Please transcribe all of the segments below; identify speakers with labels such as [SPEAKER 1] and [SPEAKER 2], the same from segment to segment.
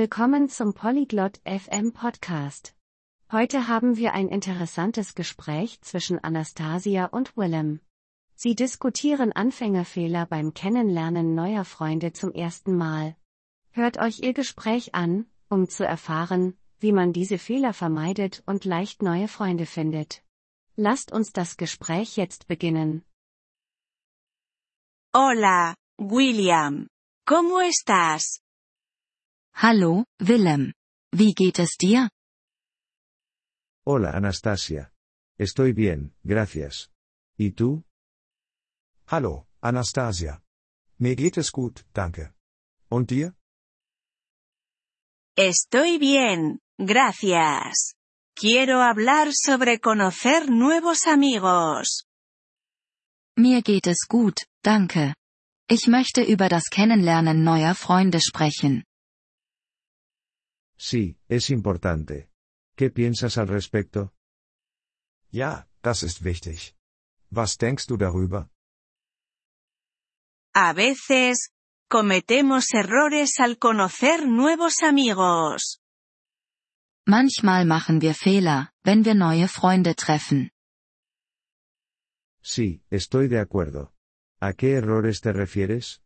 [SPEAKER 1] Willkommen zum Polyglot FM Podcast. Heute haben wir ein interessantes Gespräch zwischen Anastasia und Willem. Sie diskutieren Anfängerfehler beim Kennenlernen neuer Freunde zum ersten Mal. Hört euch ihr Gespräch an, um zu erfahren, wie man diese Fehler vermeidet und leicht neue Freunde findet. Lasst uns das Gespräch jetzt beginnen.
[SPEAKER 2] Hola, William. ¿Cómo estás?
[SPEAKER 3] Hallo, Willem. Wie geht es dir?
[SPEAKER 4] Hola Anastasia. Estoy bien, gracias. ¿Y tú?
[SPEAKER 5] Hallo, Anastasia. Mir geht es gut, danke. Und dir?
[SPEAKER 2] Estoy bien, gracias. Quiero hablar sobre conocer nuevos amigos.
[SPEAKER 3] Mir geht es gut, danke. Ich möchte über das Kennenlernen neuer Freunde sprechen.
[SPEAKER 4] Sí, es importante. ¿Qué piensas al respecto?
[SPEAKER 5] Ja, das ist wichtig. Was denkst du darüber?
[SPEAKER 2] A veces, cometemos errores al conocer nuevos amigos.
[SPEAKER 3] Manchmal machen wir Fehler, wenn wir neue Freunde treffen.
[SPEAKER 4] Sí, estoy de acuerdo. ¿A qué errores te refieres?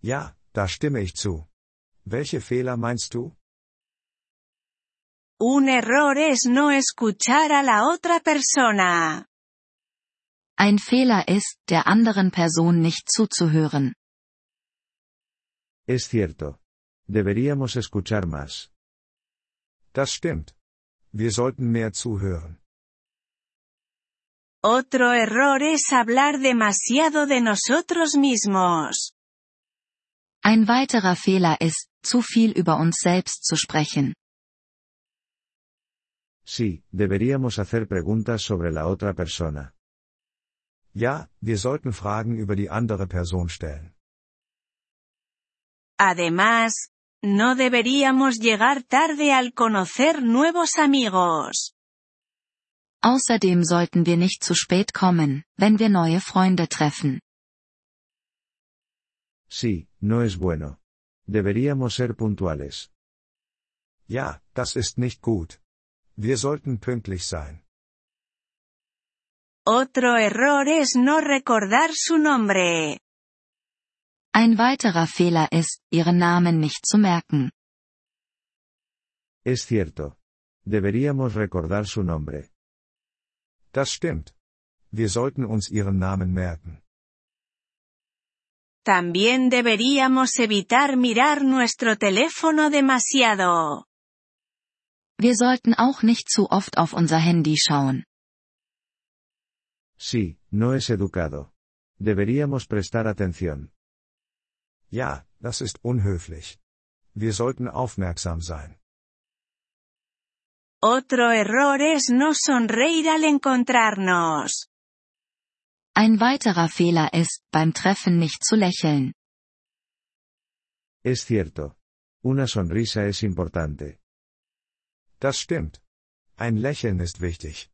[SPEAKER 5] Ja, da stimme ich zu. Welche Fehler meinst du?
[SPEAKER 2] Un error es no escuchar a la otra persona.
[SPEAKER 3] Ein Fehler ist, der anderen Person nicht zuzuhören.
[SPEAKER 4] Es cierto. Deberíamos escuchar más.
[SPEAKER 5] Das stimmt. Wir sollten mehr zuhören.
[SPEAKER 2] Otro error es hablar demasiado de nosotros mismos.
[SPEAKER 3] Ein weiterer Fehler ist, zu viel über uns selbst zu sprechen.
[SPEAKER 4] Sí, deberíamos hacer preguntas sobre la otra persona.
[SPEAKER 5] Ja, wir sollten Fragen über die andere Person stellen.
[SPEAKER 2] Además, no deberíamos llegar tarde al conocer nuevos amigos.
[SPEAKER 3] Außerdem sollten wir nicht zu spät kommen, wenn wir neue Freunde treffen.
[SPEAKER 4] Sí, no es bueno. Deberíamos ser puntuales.
[SPEAKER 5] Ja, das ist nicht gut. Wir sollten pünktlich sein.
[SPEAKER 2] Otro error es no recordar su nombre.
[SPEAKER 3] Ein weiterer Fehler ist, ihren Namen nicht zu merken.
[SPEAKER 4] Es cierto. Deberíamos recordar su nombre.
[SPEAKER 5] Das stimmt. Wir sollten uns ihren Namen merken.
[SPEAKER 2] También deberíamos evitar mirar nuestro teléfono demasiado.
[SPEAKER 3] Wir sollten auch nicht zu oft auf unser Handy schauen.
[SPEAKER 4] Sí, no es educado. Deberíamos prestar atención.
[SPEAKER 5] Ja, das ist unhöflich. Wir sollten aufmerksam sein.
[SPEAKER 2] Otro error es no sonreír al encontrarnos.
[SPEAKER 3] Ein weiterer Fehler ist, beim Treffen nicht zu lächeln.
[SPEAKER 4] Es cierto. Una sonrisa es importante.
[SPEAKER 5] Das stimmt. Ein Lächeln ist wichtig.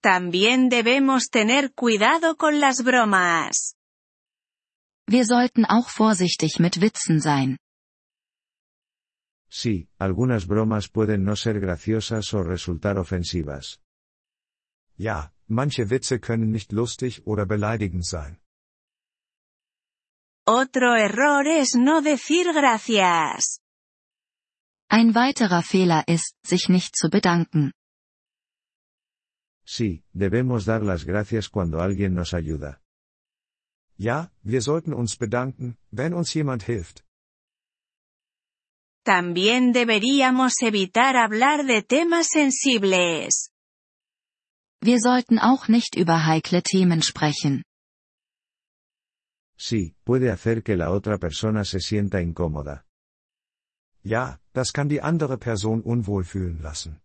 [SPEAKER 2] También debemos tener cuidado con las bromas.
[SPEAKER 3] Wir sollten auch vorsichtig mit Witzen sein.
[SPEAKER 4] Sí, algunas bromas pueden no ser graciosas o resultar ofensivas.
[SPEAKER 5] Ja, manche Witze können nicht lustig oder beleidigend sein.
[SPEAKER 2] Otro error es no decir gracias.
[SPEAKER 3] Ein weiterer Fehler ist, sich nicht zu bedanken.
[SPEAKER 4] Sí, debemos dar las gracias cuando alguien nos ayuda.
[SPEAKER 5] Ja, wir sollten uns bedanken, wenn uns jemand hilft.
[SPEAKER 2] También deberíamos evitar hablar de temas sensibles.
[SPEAKER 3] Wir sollten auch nicht über heikle Themen sprechen.
[SPEAKER 4] Sí, puede hacer que la otra persona se sienta incómoda.
[SPEAKER 5] Ja, das kann die andere Person unwohl fühlen lassen.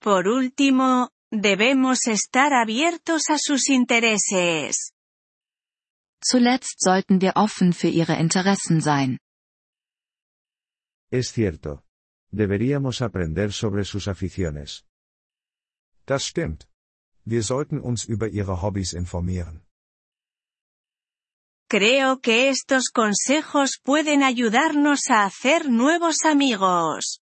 [SPEAKER 2] Por último, debemos estar abiertos a sus intereses.
[SPEAKER 3] Zuletzt sollten wir offen für ihre Interessen sein.
[SPEAKER 4] Es cierto. Deberíamos aprender sobre sus aficiones.
[SPEAKER 5] Das stimmt. Wir sollten uns über ihre Hobbys informieren.
[SPEAKER 2] Creo que estos consejos pueden ayudarnos a hacer nuevos amigos.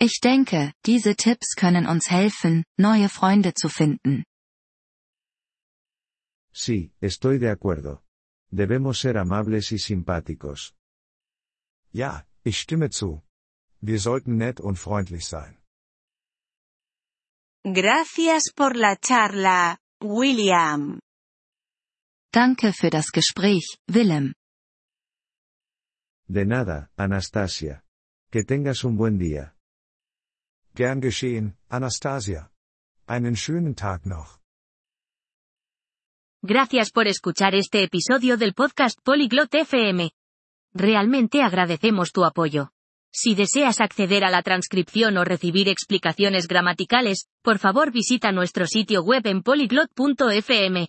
[SPEAKER 3] Ich denke, diese Tipps können uns helfen, neue Freunde zu finden.
[SPEAKER 4] Sí, estoy de acuerdo. Debemos ser amables y simpáticos.
[SPEAKER 5] Ja, ich stimme zu. Wir sollten nett und freundlich sein.
[SPEAKER 2] Gracias por la charla, William.
[SPEAKER 3] Danke für das Gespräch, Willem.
[SPEAKER 4] De nada, Anastasia. Que tengas un buen día.
[SPEAKER 5] Gern geschehen, Anastasia. Einen schönen Tag noch.
[SPEAKER 6] Gracias por escuchar este episodio del podcast Polyglot FM. Realmente agradecemos tu apoyo. Si deseas acceder a la transcripción o recibir explicaciones gramaticales, por favor visita nuestro sitio web en polyglot.fm.